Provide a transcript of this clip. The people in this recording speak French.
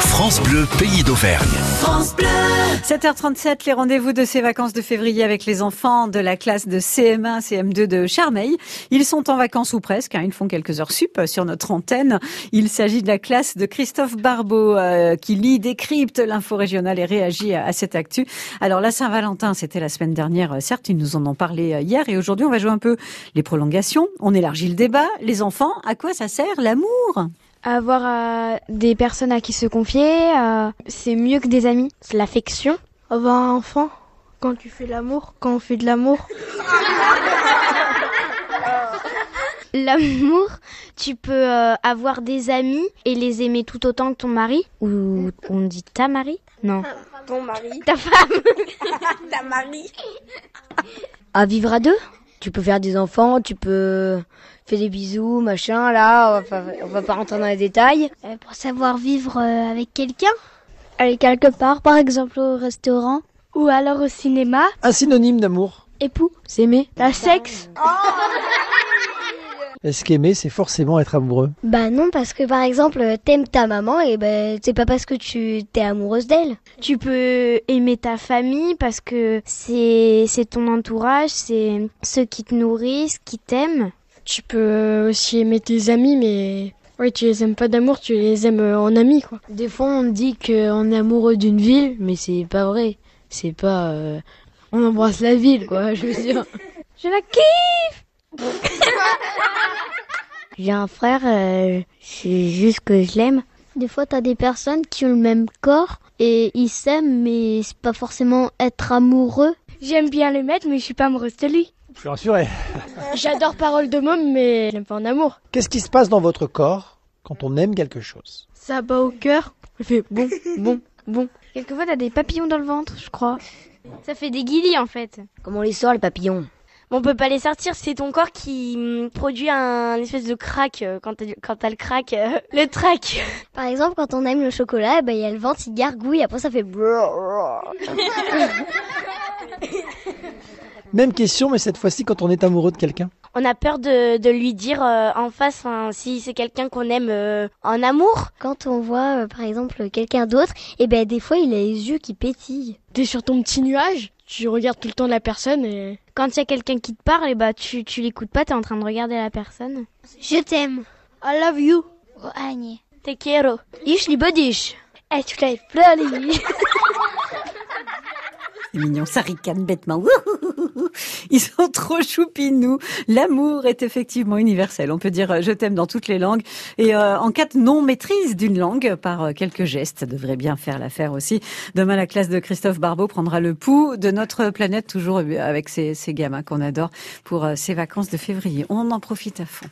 France Bleu, pays d'Auvergne. 7h37, les rendez-vous de ces vacances de février avec les enfants de la classe de CM1, CM2 de Charmeil. Ils sont en vacances ou presque, hein, ils font quelques heures sup euh, sur notre antenne. Il s'agit de la classe de Christophe Barbeau euh, qui lit, décrypte l'info régionale et réagit à, à cette actu. Alors la Saint-Valentin, c'était la semaine dernière, euh, certes, ils nous en ont parlé euh, hier et aujourd'hui on va jouer un peu les prolongations, on élargit le débat. Les enfants, à quoi ça sert l'amour Avoir euh, des personnes à qui se confier, euh, c'est mieux que des amis. C'est l'affection. Avoir un enfant quand tu fais l'amour, quand on fait de l'amour. L'amour, tu peux euh, avoir des amis et les aimer tout autant que ton mari. Ou on dit ta mari Non. Ton mari, Ta femme. ta mari. à vivre à deux. Tu peux faire des enfants, tu peux faire des bisous, machin, là, on va pas, on va pas rentrer dans les détails. Euh, pour savoir vivre euh, avec quelqu'un. Aller quelque part, par exemple au restaurant. Ou alors au cinéma. Un synonyme d'amour. Époux. S'aimer, La sexe. Est-ce qu'aimer, c'est forcément être amoureux Bah non, parce que par euh, exemple, t'aimes ta maman et ben c'est pas parce que tu t'es amoureuse d'elle. Tu peux aimer ta famille parce que c'est c'est ton entourage, c'est ceux qui te nourrissent, qui t'aiment. Tu peux euh, aussi aimer tes amis, mais ouais, tu les aimes pas d'amour, tu les aimes euh, en amis, quoi. Des fois, on dit qu'on est amoureux d'une ville, mais c'est pas vrai. C'est pas. euh, On embrasse la ville, quoi, je veux dire. Je la kiffe. J'ai un frère, euh, c'est juste que je l'aime. Des fois, t'as des personnes qui ont le même corps et ils s'aiment, mais c'est pas forcément être amoureux. J'aime bien le mec, mais je suis pas amoureuse de lui. Je suis rassuré. J'adore Parole de Môme, mais je l'aime pas en amour. Qu'est-ce qui se passe dans votre corps quand on aime quelque chose Ça bat au cœur. Je fais bon, bon, bon. Quelquefois, t'as des papillons dans le ventre, je crois. Ça fait des guillis en fait. Comment on les sort, les papillons On peut pas les sortir, c'est ton corps qui hum, produit un espèce de crack euh, quand t'as du- quand t'as le crack, euh, le trac. Par exemple, quand on aime le chocolat, bah, il y a le ventre, il gargouille, après ça fait Même question, mais cette fois-ci quand on est amoureux de quelqu'un. On a peur de, de lui dire euh, en face hein, si c'est quelqu'un qu'on aime euh, en amour. Quand on voit, euh, par exemple, quelqu'un d'autre, et ben, des fois, il a les yeux qui pétillent. T'es sur ton petit nuage, tu regardes tout le temps la personne et Quand il y a quelqu'un qui te eh parle, et ben, bah tu, tu l'écoutes pas, t'es en train de regarder la personne. Je t'aime. I love you. Oh, Agne. Te quiero. Ich liebe dich. Eh, tu l'avais pleuré. C'est mignon, ça ricane bêtement. Wouhouhouhou. Ils sont trop choupinous. L'amour est effectivement universel. On peut dire euh, je t'aime dans toutes les langues. Et euh, en cas de non-maîtrise d'une langue, par euh, quelques gestes, ça devrait bien faire l'affaire aussi. Demain, la classe de Christophe Barbeau prendra le pouls de notre planète, toujours euh, avec ces, ces gamins qu'on adore, pour euh, ces vacances de février. On en profite à fond.